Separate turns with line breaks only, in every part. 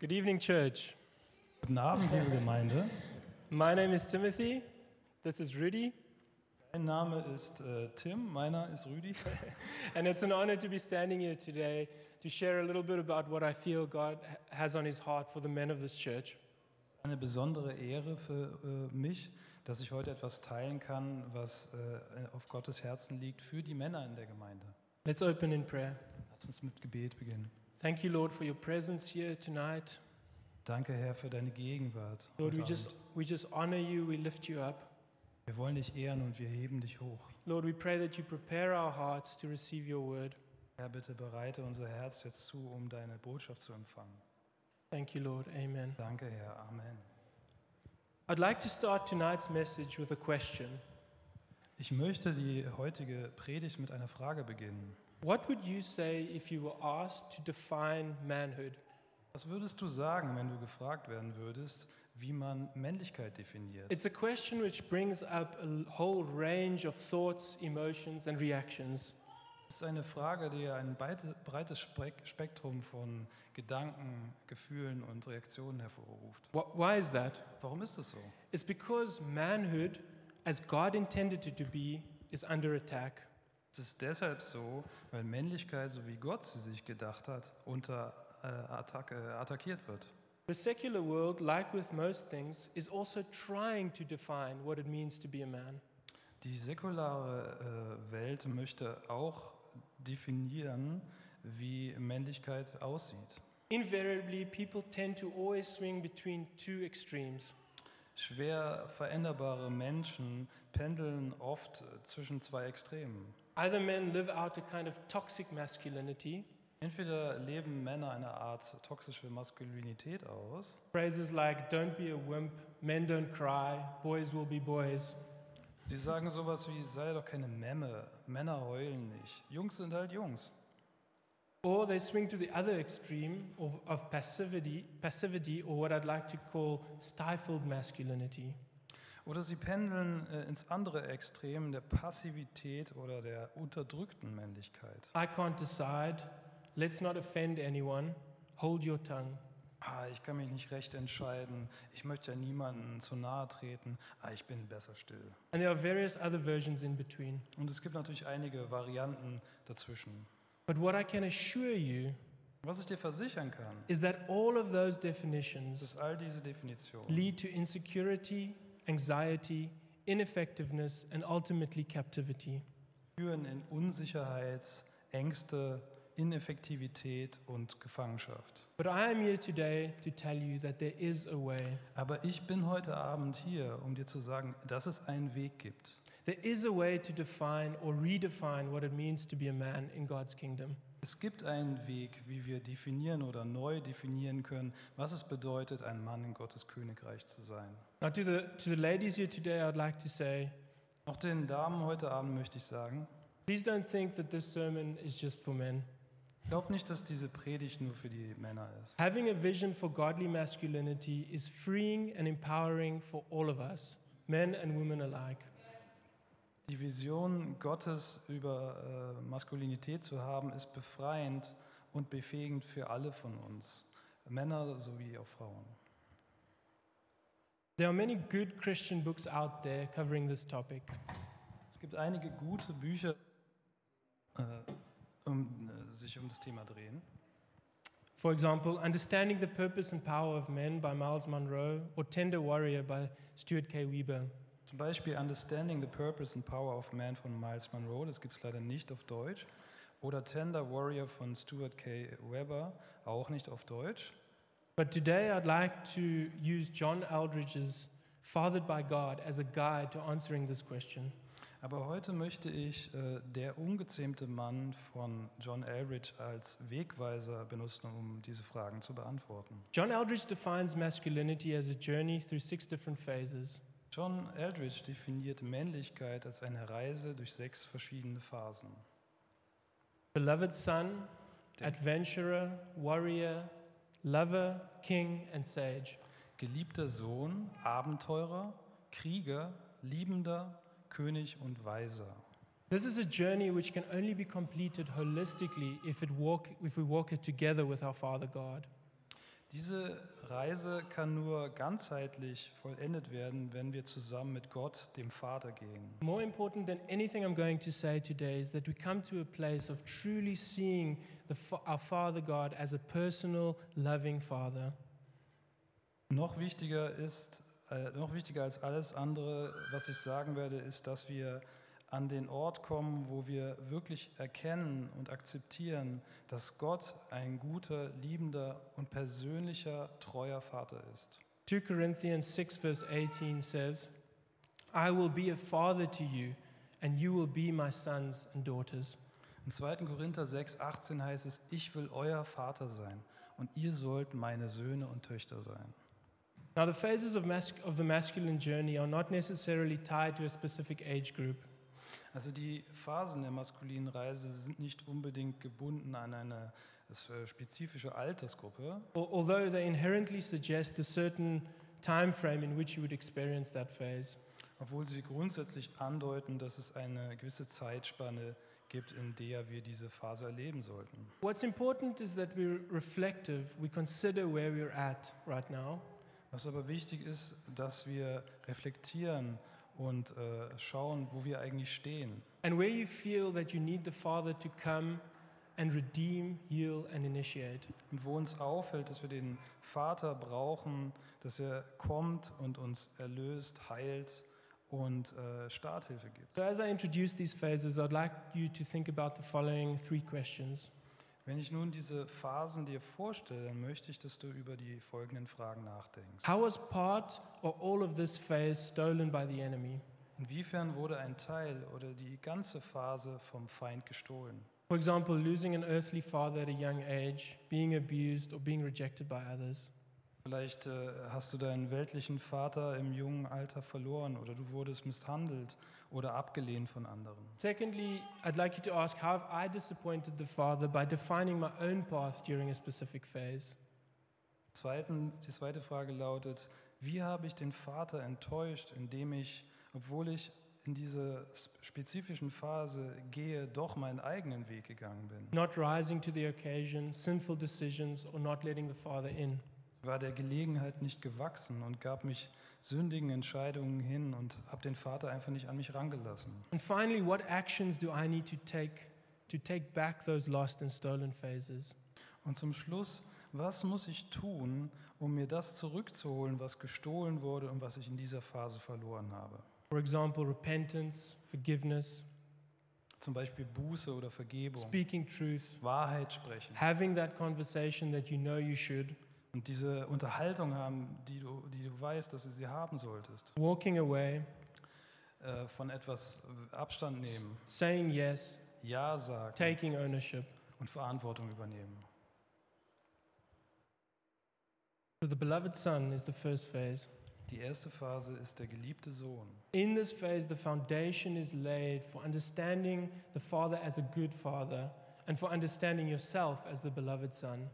Good evening, church.
Guten Abend, liebe Gemeinde.
My name is Timothy. This is Rudy.
Mein Name ist äh, Tim, meiner ist Rüdi.
And it's an honor to be standing here today to share a little bit about what I feel God ha- has on his heart for the men of this church.
Eine besondere Ehre für äh, mich, dass ich heute etwas teilen kann, was äh, auf Gottes Herzen liegt für die Männer in der Gemeinde.
Let's open in prayer.
Lass uns mit Gebet beginnen.
Thank you, Lord, for your presence here tonight.
Danke, Herr, für deine Gegenwart.
Lord,
heute
we just,
Abend.
we just honor you, we lift you up.
wir wollen dich ehren und wir heben dich hoch.
Lord, we pray that you prepare our hearts to receive your word.
Herr, bitte bereite unser Herz jetzt zu, um deine Botschaft zu empfangen.
Thank you, Lord. Amen.
Danke, Herr. Amen.
I'd like to start tonight's message with a question
Ich möchte die heutige Predigt mit einer Frage beginnen.
What would you say if you were asked to define manhood?
Was würdest du sagen, wenn du gefragt werden würdest, wie man Männlichkeit definiert?
It's a question which brings up a l- whole range of thoughts, emotions, and reactions.
Es ist eine Frage, die ein beite- breites Spek- Spektrum von Gedanken, Gefühlen und Reaktionen hervorruft.
Wh- Why is that?
Warum ist das so?
It's because manhood, as God intended it to be, is under attack.
Es ist deshalb so, weil Männlichkeit, so wie Gott sie sich gedacht hat, unter äh, Attacke, attackiert wird.
The secular world, like with most things, is also trying to define what it means to be a man.
Die säkulare äh, Welt möchte auch definieren, wie Männlichkeit aussieht.
Invariably, people tend to always swing between two extremes.
Schwer veränderbare Menschen pendeln oft zwischen zwei Extremen.
Either men live out a kind of toxic masculinity,
Entweder leben Männer eine Art toxische Maskulinität aus,
phrases like, don't be a wimp, men don't cry, boys will be boys,
sie sagen sowas wie, sei doch keine Memme, Männer heulen nicht, Jungs sind halt Jungs.
Or they swing to the other extreme of, of passivity, passivity, or what I'd like to call stifled masculinity.
Oder sie pendeln äh, ins andere Extrem der Passivität oder der unterdrückten Männlichkeit.
I can't decide. Let's not offend anyone. Hold your tongue.
Ah, ich kann mich nicht recht entscheiden, ich möchte ja niemanden zu nahe treten, ah, ich bin besser still.
And there are various other versions in between.
Und es gibt natürlich einige Varianten dazwischen.
But what I can assure you
Was ich dir versichern kann,
is that all of those
dass
definitions
all diese Definitionen
lead to insecurity, anxiety, ineffectiveness, and ultimately captivity.
führen in Unsicherheit, Ängste, Ineffektivität und Gefangenschaft.
But I am here today to tell you that there is a way.
Aber ich bin heute Abend hier, um dir zu sagen, dass es einen Weg gibt.
There is a way to define or redefine what it means to be a man in God's kingdom.
Es gibt einen Weg, wie wir definieren oder neu definieren können, was es bedeutet, ein Mann in Gottes Königreich zu sein.
Now, to the, to the ladies here today, I'd like to say
Auch den Damen heute Abend möchte ich sagen,
please don't think that this sermon is just for men.
glaub nicht, dass diese Predigt nur für die Männer ist.
Having a vision for godly masculinity is freeing and empowering for all of us, men and women alike.
Die Vision Gottes über äh, Maskulinität zu haben, ist befreiend und befähigend für alle von uns, Männer sowie auch Frauen.
There are many good Christian books out there covering this topic.
Es gibt einige gute Bücher, äh, um, äh, sich um das Thema drehen.
For example, Understanding the Purpose and Power of Men by Miles Monroe or Tender Warrior by Stuart K. Weber.
Zum Beispiel Understanding the Purpose and Power of Man von Miles Monroe, das gibt es leider nicht auf Deutsch. Oder Tender Warrior von Stuart K. Weber, auch nicht auf Deutsch.
But today I'd like to use John Eldridge's Fathered by God as a guide to answering this question.
Aber heute möchte ich äh, Der ungezähmte Mann von John Elridge als Wegweiser benutzen, um diese Fragen zu beantworten.
John Eldridge defines masculinity as a journey through six different phases.
John Eldridge definiert Männlichkeit als eine Reise durch sechs verschiedene Phasen.
Beloved son,
Der
adventurer, warrior, lover, king, and sage.
geliebter Sohn, Abenteurer, Krieger, Liebender, König und Weiser.
This is a journey which can only be completed holistically if, it walk, if we walk it together with our Father God.
Diese Reise kann nur ganzheitlich vollendet werden, wenn wir zusammen mit Gott, dem Vater, gehen.
More important than anything I'm going to say today is that we come to a place of truly seeing the, Fa- our Father God as a personal, loving Father.
Noch wichtiger ist, äh, noch wichtiger als alles andere, was ich sagen werde, ist, dass wir an den Ort kommen, wo wir wirklich erkennen und akzeptieren, dass Gott ein guter, liebender und persönlicher, treuer Vater ist.
2 Corinthians 6, verse 18 says, I will be a father to you, and you will be my sons and daughters.
Im 2. Korinther 6, 18 heißt es, ich will euer Vater sein und ihr sollt meine Söhne und Töchter sein.
Now, the phases of, mas- of the masculine journey are not necessarily tied to a specific age group.
Also die Phasen der maskulinen Reise sind nicht unbedingt gebunden an eine äh, spezifische Altersgruppe,
Al- although they inherently suggest a certain time frame in which you would experience that phase.
obwohl sie grundsätzlich andeuten, dass es eine gewisse Zeitspanne gibt, in der wir diese Phase erleben sollten.
What's important is that we're reflective, we consider where we're at right now,
Was aber wichtig ist, dass wir reflektieren und äh, schauen, wo wir eigentlich stehen.
and where you feel that you need the Father to come and redeem, heal, and initiate.
Und wo uns auffällt, dass wir den Vater brauchen, dass er kommt und uns erlöst, heilt und äh, Starthilfe gibt.
So, as I introduce these phases, I'd like you to think about the following three questions.
Wenn ich nun diese Phasen dir vorstelle, dann möchte ich, dass du über die folgenden Fragen nachdenkst.
How was part or all of this phase stolen by the enemy?
Inwiefern wurde ein Teil oder die ganze Phase vom Feind gestohlen?
For example, losing an earthly father at a young age, being abused, or being rejected by others.
Vielleicht äh, hast du deinen weltlichen Vater im jungen Alter verloren oder du wurdest misshandelt oder abgelehnt von anderen.
Secondly, I'd like you to ask how have I disappointed the father by defining my own path during a specific phase?
Zweitens, die zweite Frage lautet, wie habe ich den Vater enttäuscht, indem ich, obwohl ich in diese sp- spezifischen Phase gehe, doch meinen eigenen Weg gegangen bin?
Not rising to the occasion, sinful decisions, or not letting the father in.
war der Gelegenheit nicht gewachsen und gab mich sündigen Entscheidungen hin und habe den Vater einfach nicht an mich rangelassen.
And finally, what actions do I need to take to take back those lost and stolen phases?
Und zum Schluss, was muss ich tun, um mir das zurückzuholen, was gestohlen wurde und was ich in dieser Phase verloren habe?
For example, repentance, forgiveness,
Zum Beispiel Buße oder Vergebung,
speaking truth,
Wahrheit sprechen
having that conversation that you know you should,
und diese Unterhaltung haben, die du, die du weißt, dass du sie haben solltest.
walking away,
Äh, von etwas Abstand nehmen,
saying yes,
Ja sagen
taking ownership.
und Verantwortung übernehmen.
So the beloved son is the first phase.
Die erste Phase ist der geliebte Sohn.
In this phase, the foundation is laid for understanding the father as a good father and for understanding yourself as the beloved son.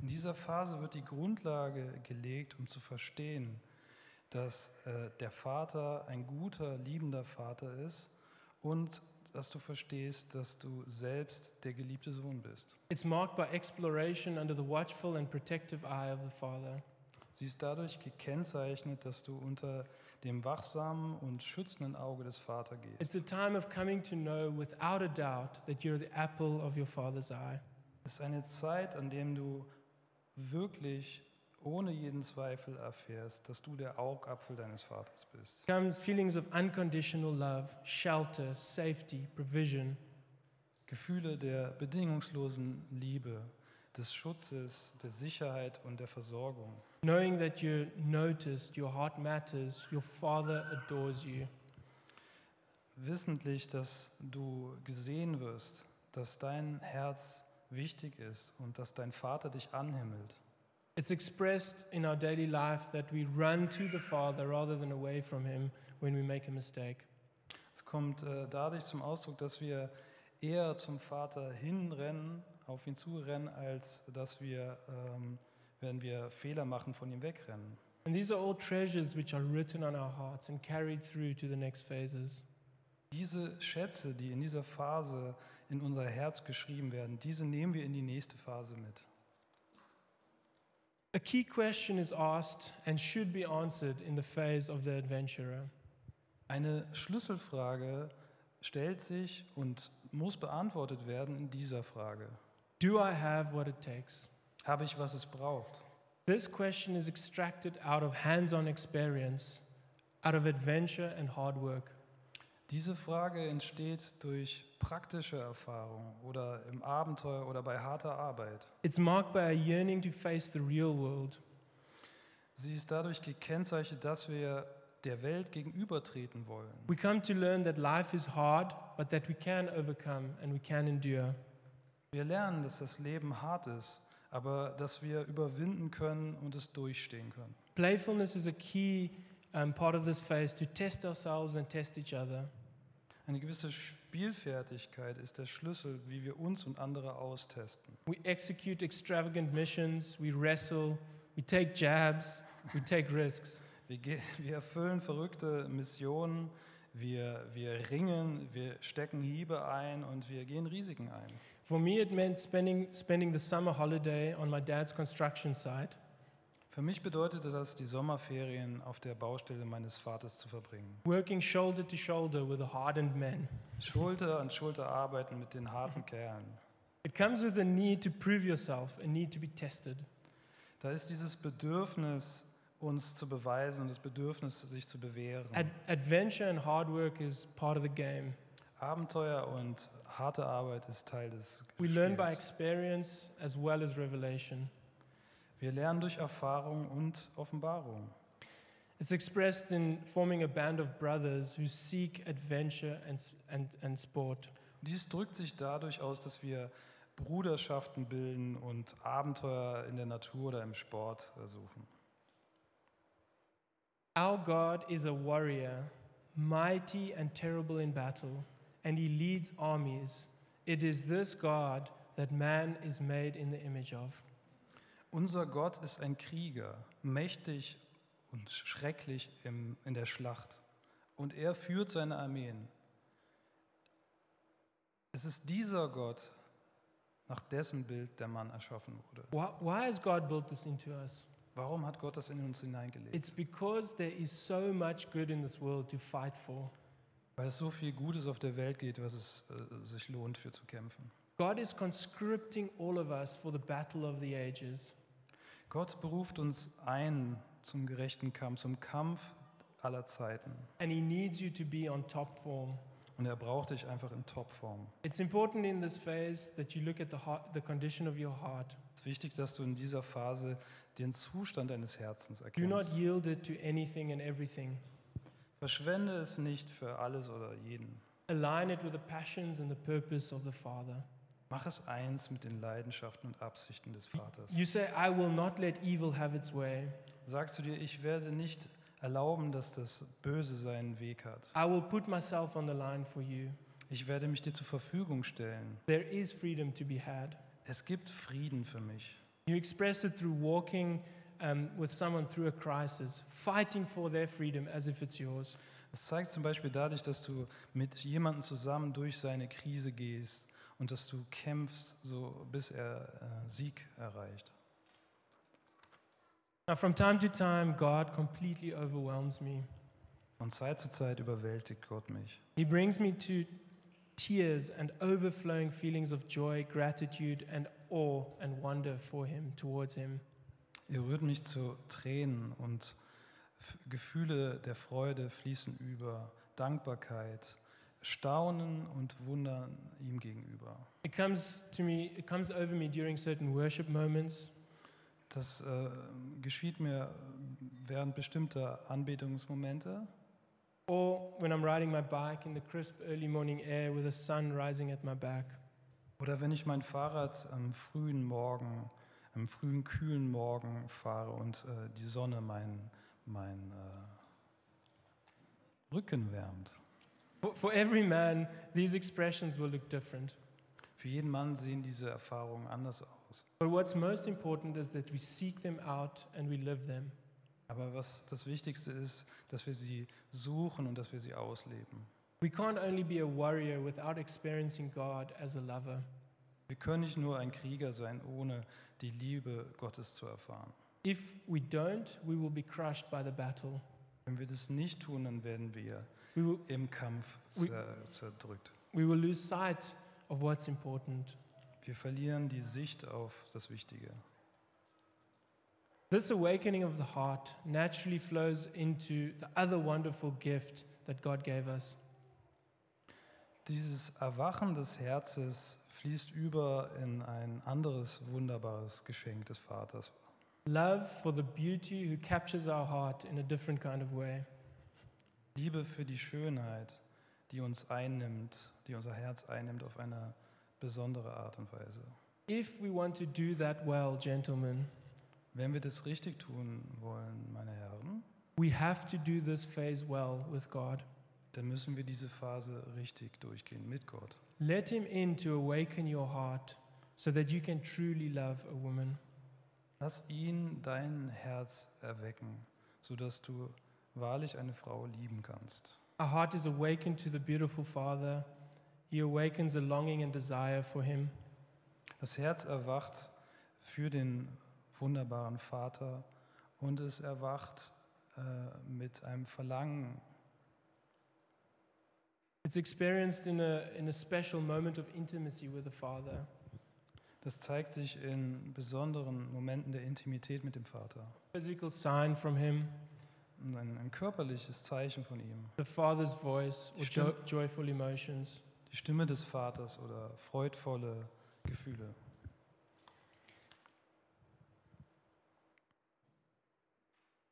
In dieser Phase wird die Grundlage gelegt, um zu verstehen, dass äh, der Vater ein guter, liebender Vater ist und dass du verstehst, dass du selbst der geliebte Sohn bist.
It's marked by exploration under the watchful and protective eye of the father.
Sie ist dadurch gekennzeichnet, dass du unter dem wachsamen und schützenden Auge des Vaters
It's
gehst.
a time of coming to know without a doubt that you're the apple of your father's eye.
Es ist eine Zeit, an dem du wirklich ohne jeden Zweifel erfährst, dass du der Augapfel deines Vaters bist.
comes feelings of unconditional love, shelter, safety, provision.
Gefühle der bedingungslosen Liebe, des Schutzes, der Sicherheit und der Versorgung.
Knowing that you're noticed, your heart matters, your Father adores you.
Wissentlich, dass du gesehen wirst, dass dein Herz wichtig ist und dass dein Vater dich anhimmelt.
It's expressed in our daily life that we run to the Father rather than away from Him when we make a mistake.
Es kommt äh, dadurch zum Ausdruck, dass wir eher zum Vater hinrennen, auf ihn zurennen, als dass wir, ähm, wenn wir Fehler machen, von ihm wegrennen.
And these are all treasures which are written on our hearts and carried through to the next phases.
Diese Schätze, die in dieser Phase in unser Herz geschrieben werden, diese nehmen wir in die nächste Phase mit.
A A key question is asked and should be answered in the phase of the adventurer.
Eine Schlüsselfrage stellt sich und muss beantwortet werden in dieser Frage.
Do I have what it takes?
Habe ich, was es braucht?
This question is extracted out of hands on experience, out of adventure and hard work.
Diese Frage entsteht durch praktische Erfahrung oder im Abenteuer oder bei harter Arbeit.
It's marked by a yearning to face the real world,
Sie ist dadurch gekennzeichnet, dass wir der Welt gegenübertreten wollen.
We come to learn that life is hard, but that we can overcome and we can endure.
Wir lernen, dass das Leben hart ist, aber dass wir überwinden können und es durchstehen können.
Playfulness is a key um, part of this phase to test ourselves and test each other.
Eine gewisse Spielfertigkeit ist der Schlüssel, wie wir uns und andere austesten.
We execute extravagant missions, we wrestle, we take jabs, we take risks.
Wir, ge- wir erfüllen verrückte Missionen, wir, wir ringen, wir stecken Hiebe ein und wir gehen Risiken ein.
For me, it meant spending, spending the summer holiday on my dad's construction site,
Für mich bedeutete das, die Sommerferien auf der Baustelle meines Vaters zu verbringen.
working shoulder to shoulder with the hardened men.
Schulter an Schulter arbeiten mit den harten Kerlen.
It comes with a need to prove yourself, a need to be tested.
Da ist dieses Bedürfnis, uns zu beweisen und das Bedürfnis, sich zu bewähren.
Ad- adventure and hard work is part of the game.
Abenteuer und harte Arbeit ist Teil des
We learn by
Spiels.
experience as well as revelation.
Wir lernen durch Erfahrung und Offenbarung.
It's expressed in forming a band of brothers who seek adventure and, s- and, and sport.
Dies drückt sich dadurch aus, dass wir Bruderschaften bilden und Abenteuer in der Natur oder im Sport äh, suchen.
Our God is a warrior, mighty and terrible in battle, and he leads armies. It is this God that man is made in the image of.
Unser Gott ist ein Krieger, mächtig und schrecklich im, in der Schlacht. Und er führt seine Armeen. Es ist dieser Gott, nach dessen Bild der Mann erschaffen wurde.
Why, why has God built this into us?
Warum hat Gott das in uns hineingelegt?
It's because there is so much good in this world to fight for.
Weil es so viel Gutes auf der Welt geht, was es äh, sich lohnt, für zu kämpfen.
God is conscripting all of us for the battle of the ages.
Gott beruft uns ein zum gerechten Kampf, zum Kampf aller Zeiten.
and he needs you to be on top form.
Und er braucht dich einfach in Topform.
It's important in this phase that you look at the, heart, the condition of your heart.
Es ist wichtig, dass du in dieser Phase den Zustand deines Herzens
Do not
erkennst.
yield it to anything and everything.
Verschwende es nicht für alles oder jeden.
Align it with the passions and the purpose of the Father.
Mach es eins mit den Leidenschaften und Absichten des Vaters.
You say, I will not let evil have its way.
Sagst du dir, ich werde nicht erlauben, dass das Böse seinen Weg hat.
I will put myself on the line for you.
Ich werde mich dir zur Verfügung stellen.
There is freedom to be had.
Es gibt Frieden für mich.
You express it through walking um, with someone through a crisis, fighting for their freedom as if it's yours.
Es zeigt zum Beispiel dadurch, dass du mit jemandem zusammen durch seine Krise gehst und dass du kämpfst, so bis er äh, Sieg erreicht.
Now, from time to time, God completely overwhelms me.
Von Zeit zu Zeit überwältigt Gott mich.
He brings me to tears and overflowing feelings of joy, gratitude, and awe and wonder for him, towards him.
Ihr rührt mich zu Tränen und F- Gefühle der Freude fließen über, Dankbarkeit, Staunen und Wundern ihm gegenüber.
It comes to me, it comes over me during certain worship moments,
Das äh, geschieht mir äh, während bestimmter Anbetungsmomente
or when I'm riding my bike in the crisp early morning air with the sun rising at my back.
oder wenn ich mein Fahrrad am frühen Morgen, am frühen kühlen Morgen fahre und äh, die Sonne meinen mein, äh, Rücken wärmt.
For, for every man, these expressions will look different.
Für jeden Mann sehen diese Erfahrungen anders aus.
But what's most important is that we seek them out and we live them.
Aber was das Wichtigste ist, dass wir sie suchen und dass wir sie ausleben.
We can't only be a warrior without experiencing God as a lover.
Wir können nicht nur ein Krieger sein, ohne die Liebe Gottes zu erfahren.
If we don't, we will be crushed by the battle.
Wenn wir das nicht tun, dann werden wir
We will,
im Kampf
We-
zer zerdrückt.
we will lose sight of what's important.
Wir verlieren die Sicht auf das Wichtige.
This awakening of the heart naturally flows into the other wonderful gift that God gave us.
Dieses Erwachen des Herzens fließt über in ein anderes wunderbares Geschenk des Vaters.
Love for the beauty who captures our heart in a different kind of way.
Liebe für die Schönheit, die uns einnimmt, die unser Herz einnimmt auf eine besondere Art und Weise.
If we want to do that well, gentlemen,
Wenn wir das richtig tun wollen, meine Herren,
we have to do this phase well with God.
dann müssen wir diese Phase richtig durchgehen mit Gott.
Let Him in to awaken your heart so that you can truly love a woman.
Lass ihn dein Herz erwecken, sodass du wahrlich eine Frau lieben kannst.
Our heart is awakened to the beautiful Father. He awakens a longing and desire for Him.
Das Herz erwacht für den wunderbaren Vater und es erwacht äh, mit einem Verlangen.
It's experienced in a, in a special moment of intimacy with the Father.
Das zeigt sich in besonderen Momenten der Intimität mit dem Vater.
Physical sign from Him,
Und Ein, ein körperliches Zeichen von ihm.
the Father's voice, or jo-
Stimmt.
joyful emotions.
Die Stimme des Vaters oder freudvolle Gefühle.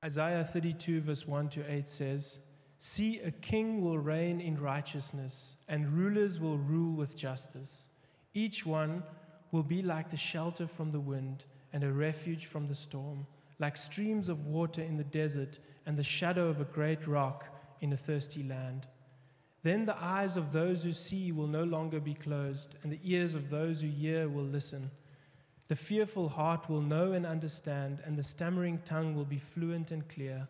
Isaiah 32, verse 1 to 8 says, See, a king will reign in righteousness, and rulers will rule with justice. Each one will be like the shelter from the wind and a refuge from the storm, like streams of water in the desert and the shadow of a great rock in a thirsty land. Then the eyes of those who see will no longer be closed, and the ears of those who hear will listen. The fearful heart will know and understand, and the stammering tongue will be fluent and clear.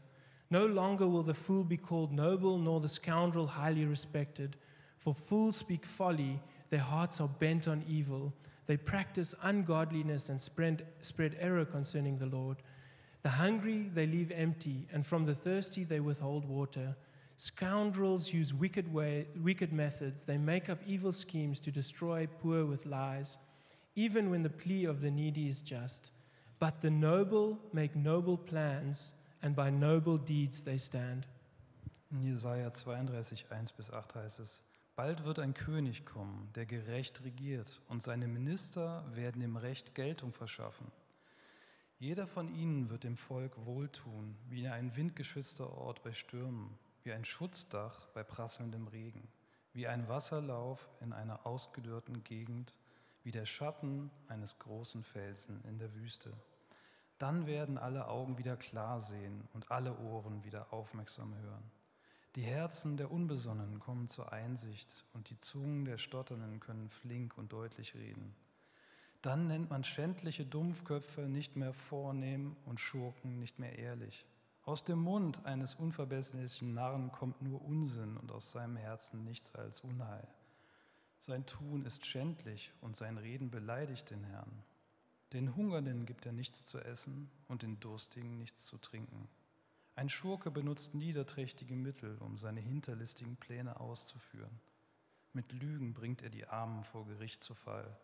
No longer will the fool be called noble, nor the scoundrel highly respected. For fools speak folly, their hearts are bent on evil. They practice ungodliness and spread, spread error concerning the Lord. The hungry they leave empty, and from the thirsty they withhold water. Scoundrels use wicked, way, wicked methods, they make up evil schemes to destroy poor with lies even when the plea of the needy is just. But the noble make noble plans, and by noble deeds they stand.
In Jesaja 32, 1 bis 8 heißt es: Bald wird ein König kommen, der gerecht regiert, und seine Minister werden dem Recht Geltung verschaffen. Jeder von ihnen wird dem Volk wohltun, wie ein windgeschützter Ort bei Stürmen, wie ein Schutzdach bei prasselndem Regen, wie ein Wasserlauf in einer ausgedörrten Gegend, wie der Schatten eines großen Felsen in der Wüste. Dann werden alle Augen wieder klar sehen und alle Ohren wieder aufmerksam hören. Die Herzen der Unbesonnenen kommen zur Einsicht und die Zungen der Stotternden können flink und deutlich reden. Dann nennt man schändliche Dumpfköpfe nicht mehr vornehm und Schurken nicht mehr ehrlich. Aus dem Mund eines unverbesserlichen Narren kommt nur Unsinn und aus seinem Herzen nichts als Unheil. Sein Tun ist schändlich und sein Reden beleidigt den Herrn. Den Hungernden gibt er nichts zu essen und den Durstigen nichts zu trinken. Ein Schurke benutzt niederträchtige Mittel, um seine hinterlistigen Pläne auszuführen. Mit Lügen bringt er die Armen vor Gericht zu Fall,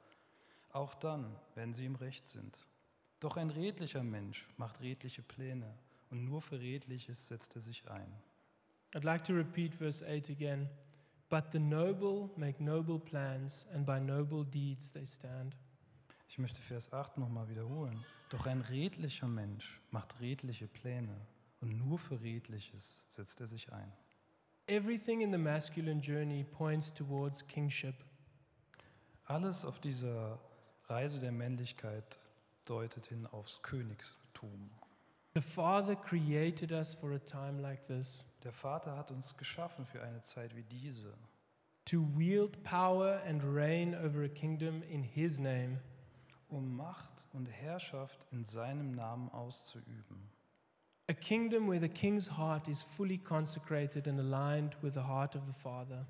auch dann, wenn sie im Recht sind. Doch ein redlicher Mensch macht redliche Pläne und nur für Redliches setzt er sich ein.
I'd like to repeat verse 8 again. But the noble make noble plans, and by noble deeds they stand.
Ich möchte Vers 8 nochmal wiederholen. Doch ein redlicher Mensch macht redliche Pläne und nur für Redliches setzt er sich ein.
Everything in the masculine journey points towards kingship.
Alles auf dieser Reise der Männlichkeit deutet hin aufs Königstum.
The Father created us for a time like this
Der Vater hat uns geschaffen für eine Zeit wie diese,
to wield power and reign over a kingdom in His name.
um Macht und Herrschaft in seinem Namen auszuüben.
A kingdom where the king's heart is fully consecrated and aligned with the heart of the Father.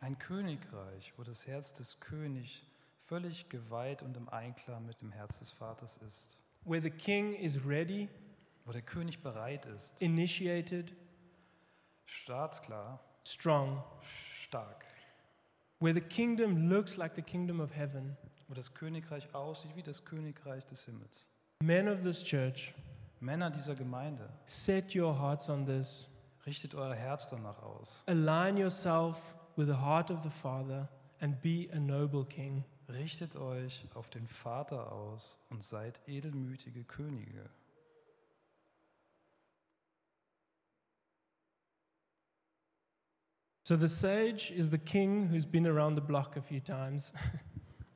Ein Königreich, wo das Herz des Königs völlig geweiht und im Einklang mit dem Herz des Vaters ist.
where the king is ready,
wo der König bereit ist,
initiated,
staatsklar,
strong,
stark,
where the kingdom looks like the kingdom of heaven.
wo das Königreich aussieht wie das Königreich des Himmels.
Men of this church,
Männer dieser Gemeinde,
set your hearts on this.
richtet euer Herz danach aus.
Align yourself with the heart of the Father and be a noble king.
Richtet euch auf den Vater aus und seid edelmütige Könige.
So the sage is the king who's been around the block a few times.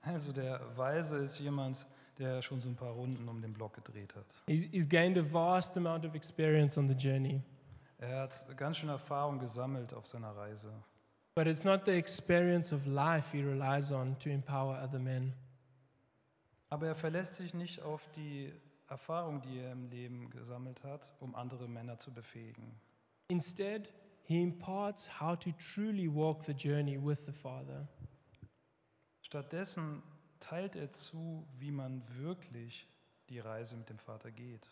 Also der Weise ist jemand, der schon so ein paar Runden um den Block gedreht hat.
He's, he's gained a vast amount of experience on the journey.
Er hat ganz schön Erfahrung gesammelt auf seiner Reise.
But it's not the experience of life he relies on to empower other men.
Aber er verlässt sich nicht auf die Erfahrung, die er im Leben gesammelt hat, um andere Männer zu befähigen.
Instead, he imparts how to truly walk the journey with the Father.
Stattdessen teilt er zu, wie man wirklich die Reise mit dem Vater geht.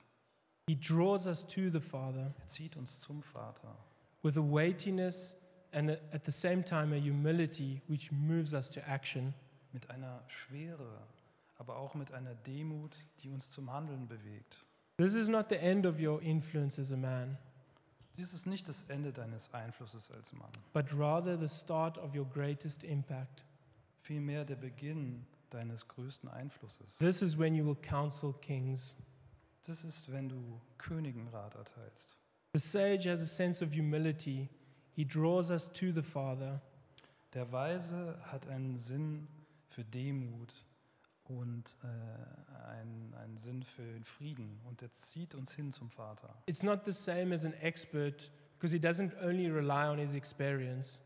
He draws us to the Father
Er zieht uns zum Vater
with a weightiness and a- at the same time a humility which moves us to action.
mit einer Schwere, aber auch mit einer Demut, die uns zum Handeln bewegt.
This is not the end of your influence as a man,
Dies ist nicht das Ende deines Einflusses als Mann,
but rather the start of your greatest impact.
vielmehr der Beginn deines größten Einflusses.
This is when you will counsel kings.
Das ist, wenn du Königen Rat erteilst.
The sage has a sense of humility. He draws us to the Father.
Der Weise hat einen Sinn für Demut und äh, einen, einen Sinn für den Frieden und er zieht uns hin zum Vater.
It's not the same as an expert because he doesn't only rely on his experience.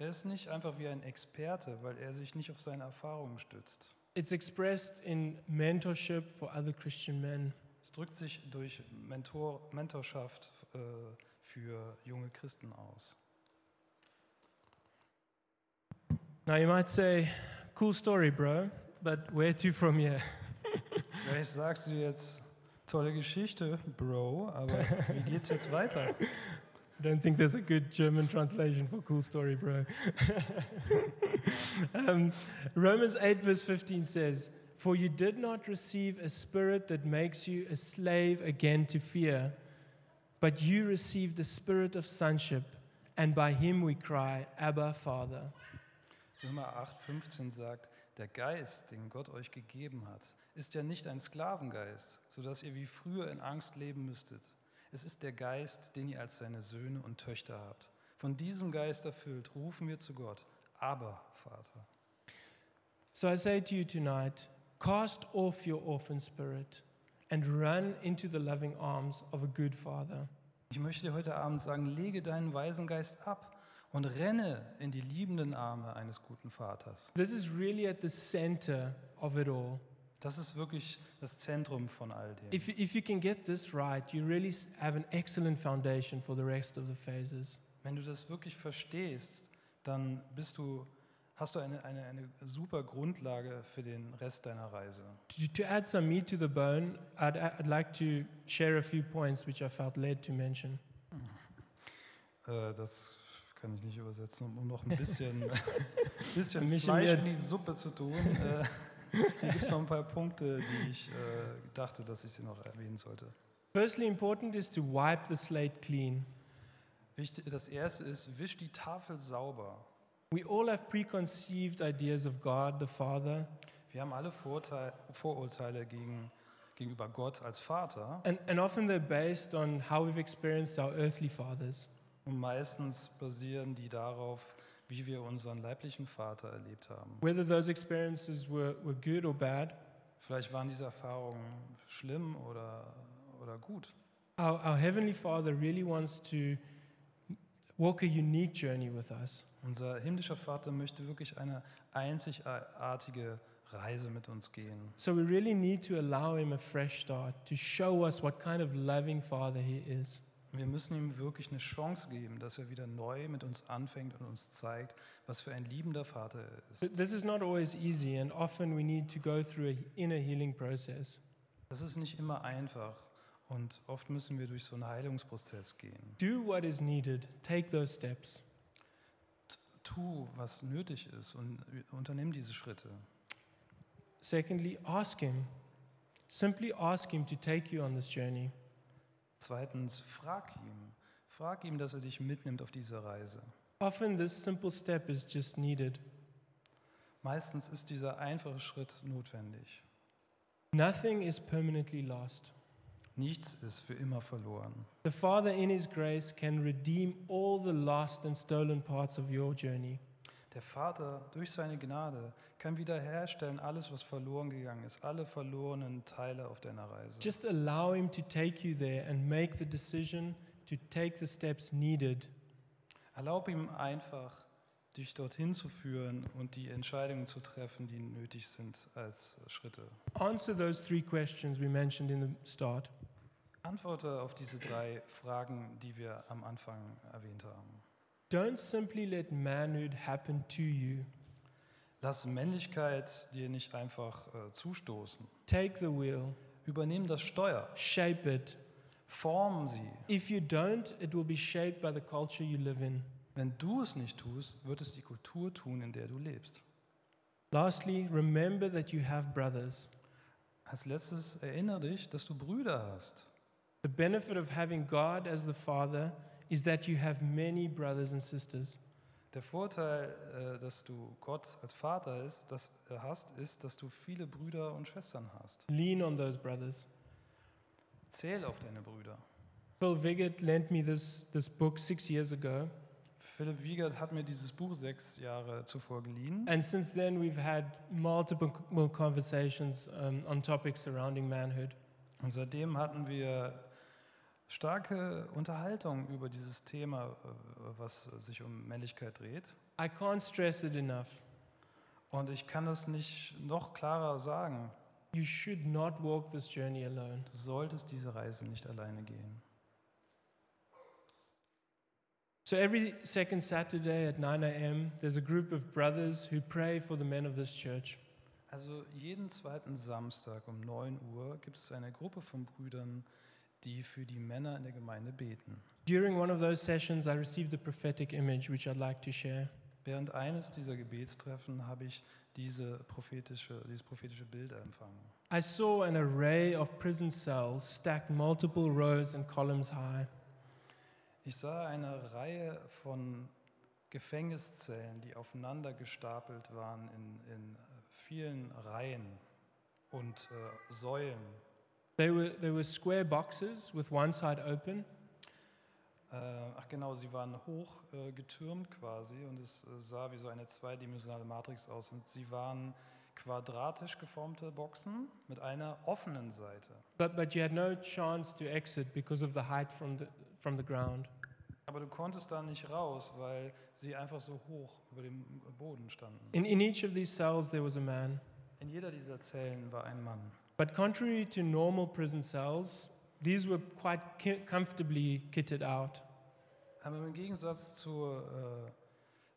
Er ist nicht einfach wie ein Experte, weil er sich nicht auf seine Erfahrungen stützt.
It's expressed in mentorship for other Christian men.
Es drückt sich durch Mentor, Mentorschaft äh, für junge Christen aus.
Now you might say, cool story, bro, but where to from here?
Vielleicht sagst du jetzt, tolle Geschichte, Bro, aber wie geht's jetzt weiter?
I don't think there's a good German translation for cool story, bro. um, Romans 8, verse 15 says, For you did not receive a spirit that makes you a slave again to fear, but you received the spirit of sonship, and by him we cry, Abba, Father.
Römer 8,15 sagt, der Geist, den Gott euch gegeben hat, ist ja nicht ein Sklavengeist, sodass ihr wie früher in Angst leben müsstet. Es ist der Geist, den ihr als seine Söhne und Töchter habt. Von diesem Geist erfüllt, rufen wir zu Gott, aber Vater.
So I say to you tonight, cast off your orphan spirit and run into the loving arms of a good Father.
Ich möchte dir heute Abend sagen, lege deinen Waisengeist ab und renne in die liebenden Arme eines guten Vaters.
This is really at the center of it all.
Das ist wirklich das Zentrum von all dem.
If, you- if you can get this right, you really s- have an excellent foundation for the rest of the phases.
Wenn du das wirklich verstehst, dann bist du, hast du eine, eine, eine super Grundlage für den Rest deiner Reise.
To, to add some meat to the bone, I'd, I'd like to share a few points which I felt led to mention.
Äh, das kann ich nicht übersetzen, um noch ein bisschen, bisschen
Mischen
Fleisch
wir-
in die Suppe zu tun. Äh, hier gibt es noch ein paar Punkte, die ich äh, dachte, dass ich sie noch erwähnen sollte.
Firstly, important is to wipe the slate clean.
Wichtig, das erste ist, wisch die Tafel sauber.
We all have preconceived ideas of God the Father,
Wir haben alle Vorurteil, Vorurteile gegen, gegenüber Gott als Vater.
and, and often they're based on how we've experienced our earthly fathers.
Und meistens basieren die darauf, wie wir unseren leiblichen Vater erlebt haben.
Whether those experiences were, were good or bad,
Vielleicht waren diese Erfahrungen schlimm oder, oder gut.
our, our Heavenly Father really wants to walk a unique journey with us.
Unser himmlischer Vater möchte wirklich eine einzigartige Reise mit uns gehen.
So we really need to allow him a fresh start to show us what kind of loving father he is.
Wir müssen ihm wirklich eine Chance geben, dass er wieder neu mit uns anfängt und uns zeigt, was für ein liebender Vater er ist.
Th- This is not always easy, and often we need to go through an inner healing process.
Das ist nicht immer einfach und oft müssen wir durch so einen Heilungsprozess gehen.
Do what is needed, take those steps.
T- Tu, was nötig ist und unternimm diese Schritte.
Secondly, ask Him. Simply ask Him to take you on this journey.
Zweitens, frag ihn. Frag ihm, dass er dich mitnimmt auf diese Reise.
Often, this simple step is just needed.
Meistens ist dieser einfache Schritt notwendig.
Nothing is permanently lost.
Nichts ist für immer verloren.
The Father, in His grace, can redeem all the lost and stolen parts of your journey.
Der Vater durch seine Gnade kann wiederherstellen alles, was verloren gegangen ist, alle verlorenen Teile auf deiner Reise.
Just allow Him to take you there and make the decision to take the steps needed
Erlaub ihm einfach, dich dorthin zu führen und die Entscheidungen zu treffen, die nötig sind als Schritte.
Answer those three questions we mentioned in the start.
Antworte auf diese drei Fragen, die wir am Anfang erwähnt haben.
Don't simply let manhood happen to you.
Lass Männlichkeit dir nicht einfach äh, zustoßen.
Take the wheel,
Übernehm das Steuer.
shape it.
Form sie.
If you don't, it will be shaped by the culture you live in.
Wenn du es nicht tust, wird es die Kultur tun, in der du lebst.
Lastly, remember that you have brothers.
Als letztes erinnere dich, dass du Brüder hast.
The benefit of having God as the Father is that you have many brothers and sisters.
Der Vorteil, äh, dass du Gott als Vater ist, das, äh, hast, ist, dass du viele Brüder und Schwestern hast.
Lean on those brothers.
Zähl auf deine Brüder.
Phil Viget lent me this, this book six years ago,
Philipp Wiegert hat mir dieses Buch sechs Jahre zuvor geliehen.
and since then we've had multiple conversations um, on topics surrounding manhood.
Und seitdem hatten wir starke Unterhaltung über dieses Thema, äh, was sich um Männlichkeit dreht.
I can't stress it enough.
Und ich kann es nicht noch klarer sagen.
You should not walk this journey alone.
Du solltest diese Reise nicht alleine gehen.
So every second Saturday at 9 a.m., there's a group of brothers who pray for the men of this church.
Also jeden zweiten Samstag um 9 Uhr gibt es eine Gruppe von Brüdern, die für die Männer in der Gemeinde beten.
During one of those sessions, I received a prophetic image which I'd like to share.
Während eines dieser Gebetstreffen habe ich diese prophetische, dieses prophetische Bild empfangen.
I saw an array of prison cells stacked multiple rows and columns high.
Ich sah eine Reihe von Gefängniszellen, die aufeinander gestapelt waren in, in vielen Reihen und äh, Säulen.
They were, they were square boxes with one side open,
Äh, ach genau, sie waren hoch äh, getürmt quasi und es äh, sah wie so eine zweidimensionale Matrix aus. Und sie waren quadratisch geformte Boxen mit einer offenen Seite.
but, but you had no chance to exit because of the height from the, from the ground.
Aber du konntest da nicht raus, weil sie einfach so hoch über dem Boden standen.
In, in each of these cells, there was a man.
In jeder dieser Zellen war ein Mann.
But contrary to normal prison cells, these were quite ki- comfortably kitted out.
Aber im Gegensatz zu äh,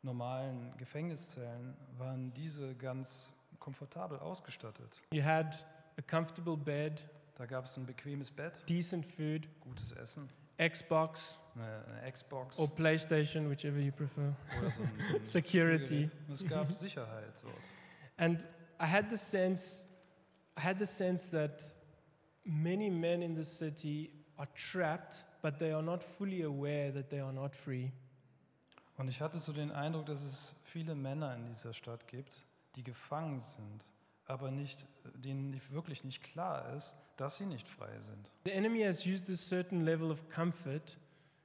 normalen Gefängniszellen waren diese ganz komfortabel ausgestattet.
You had a comfortable bed,
Da gab es ein bequemes Bett,
decent food,
gutes Essen,
Xbox
eine, eine Xbox.
or PlayStation, whichever you prefer.
Oder so ein, so ein
Security.
Spielgerät. Und es gab Sicherheit dort.
And I had the sense, I had the sense that many men in the city are trapped, but they are not fully aware that they are not free.
Und ich hatte so den Eindruck, dass es viele Männer in dieser Stadt gibt, die gefangen sind, aber nicht, denen nicht, wirklich nicht klar ist, dass sie nicht frei sind.
The enemy has used a certain level of comfort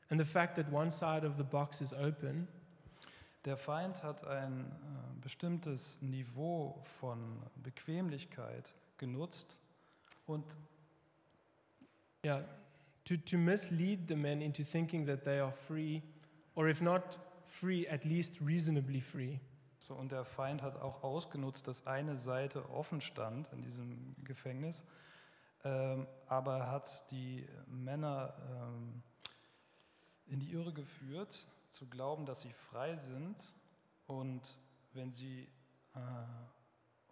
and the fact that one side of the box is open
Der Feind hat ein äh, bestimmtes Niveau von Bequemlichkeit genutzt und
Yeah, to, to mislead the men into thinking that they are free, or if not free, at least reasonably free.
So, und der Feind hat auch ausgenutzt, dass eine Seite offen stand in diesem Gefängnis, ähm, aber er hat die Männer ähm, in die Irre geführt, zu glauben, dass sie frei sind und wenn sie, äh,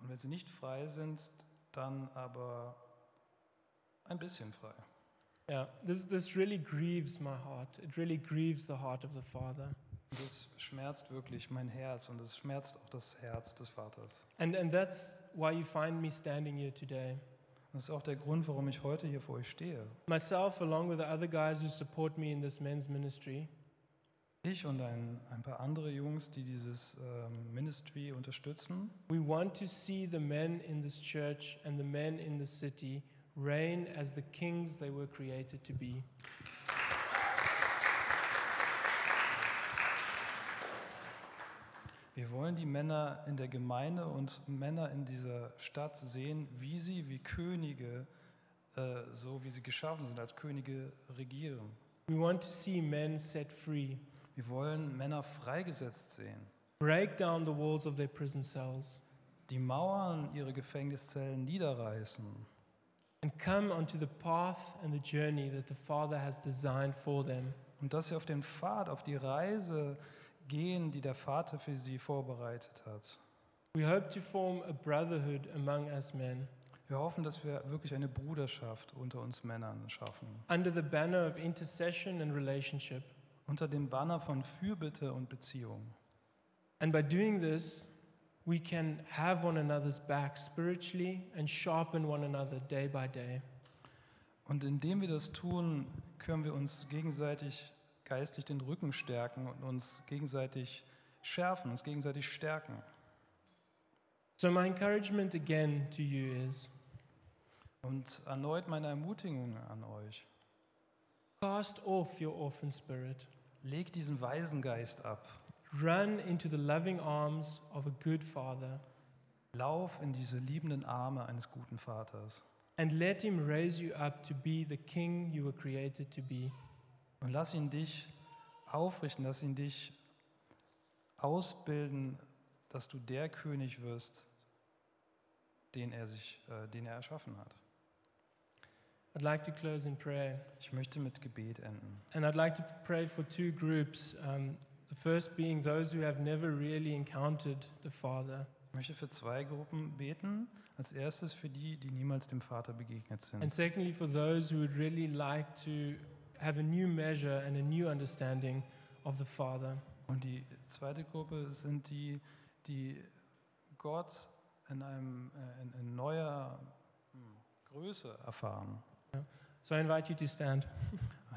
und wenn sie nicht frei sind, dann aber ein bisschen frei.
Yeah, this, this really grieves my heart. It really grieves the heart of the Father.
Und Das schmerzt wirklich mein Herz und es schmerzt auch das Herz des Vaters.
And, and that's why you find me standing here today.
Und Das ist auch der Grund, warum ich heute hier vor euch stehe.
Myself, along with the other guys who support me in this men's ministry,
Ich und ein, ein paar andere Jungs, die dieses ähm, Ministry unterstützen,
we want to see the men in this church and the men in the city reign as the kings they were created to be.
wir wollen die Männer in der Gemeinde und Männer in dieser Stadt sehen, wie sie wie Könige, äh, so wie sie geschaffen sind, als Könige regieren.
We want to see men set free,
Wir wollen Männer freigesetzt sehen,
break down the walls of their prison cells,
die Mauern ihre Gefängniszellen niederreißen
and come onto the path and the journey that the Father has designed for them.
und dass sie auf den Pfad, auf die Reise gehen, die der Vater für sie vorbereitet hat.
We hope to form a brotherhood among us men,
Wir hoffen, dass wir wirklich eine Bruderschaft unter uns Männern schaffen.
under the banner of intercession and relationship.
unter dem Banner von Fürbitte und Beziehung.
And by doing this, we can have one another's back spiritually and sharpen one another day by day.
Und indem wir das tun, können wir uns gegenseitig geistig den Rücken stärken und uns gegenseitig schärfen, uns gegenseitig stärken.
So, my encouragement again to you is
Und erneut meine Ermutigung an euch.
cast off your orphan spirit,
Legt diesen Waisengeist ab.
run into the loving arms of a good father,
Lauf in diese liebenden Arme eines guten Vaters.
and let him raise you up to be the king you were created to be.
Und lass ihn dich aufrichten, lass ihn dich ausbilden, dass du der König wirst, den er sich, äh, den er erschaffen hat.
I'd like to close in prayer.
Ich möchte mit Gebet enden.
And I'd like to pray for two groups. Um, the first being those who have never really encountered the Father.
Ich möchte für zwei Gruppen beten. Als erstes für die, die niemals dem Vater begegnet
And
sind.
secondly, for those who would really like to have a new measure and a new understanding of the Father.
Und die zweite Gruppe sind die, die Gott in, einem, äh, in, in neuer hm, Größe erfahren.
So I invite you to stand.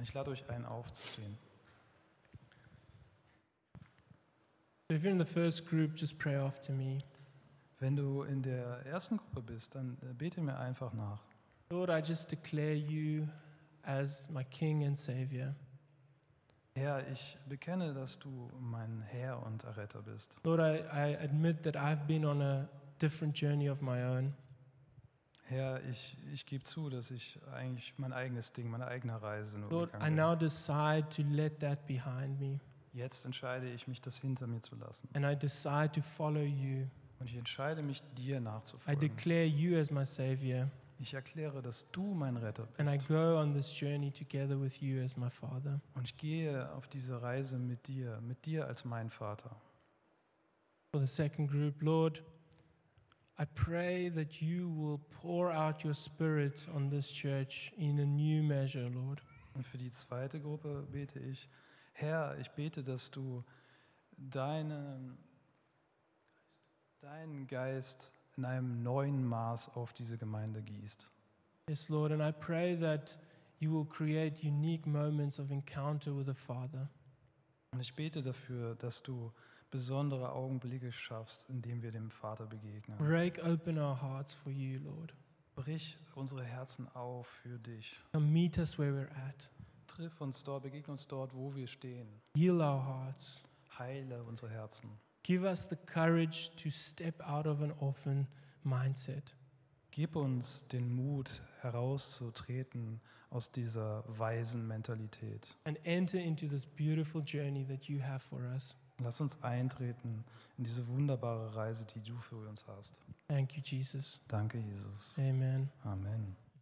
Ich lade euch ein, aufzustehen.
So if you're in the first group, just pray after me.
Wenn du in der ersten Gruppe bist, dann äh, bete mir einfach nach.
Lord, I just declare you as my King and Savior.
Herr, ich bekenne, dass du mein Herr und Erretter bist.
Lord, I, I admit that I've been on a different journey of my own.
Herr, ich, ich gebe zu, dass ich eigentlich mein eigenes Ding, meine eigene Reise nur
Lord, I
gegangen bin.
now decide to let that behind me.
Jetzt entscheide ich mich, das hinter mir zu lassen.
and I decide to follow you.
Und ich entscheide mich, dir
I
nachzufolgen.
declare you as my Savior,
Ich erkläre, dass du mein Retter
and I
bist.
go on this journey together with you as my Father.
Und ich gehe auf diese Reise mit dir, mit dir als mein Vater.
For the second group, Lord, I pray that you will pour out your Spirit on this church in a new measure, Lord.
Und für die zweite Gruppe bete ich, Herr, ich bete, dass du deinen, deinen Geist in einem neuen Maß auf diese Gemeinde gießt.
Yes, Lord, and I pray that you will create unique moments of encounter with the Father.
Und ich bete dafür, dass du besondere Augenblicke schaffst, indem wir dem Vater begegnen.
Break open our hearts for you, Lord.
Brich unsere Herzen auf für dich.
Come meet us where we're at.
Triff uns dort, begegne uns dort, wo wir stehen.
Heal our hearts.
Heile unsere Herzen.
Give us the courage to step out of an orphan mindset.
Gib uns den Mut, herauszutreten aus dieser weisen Mentalität.
and enter into this beautiful journey that you have for us.
Lass uns eintreten in diese wunderbare Reise, die du für uns hast.
Thank you, Jesus.
Danke, Jesus.
Amen.
Amen.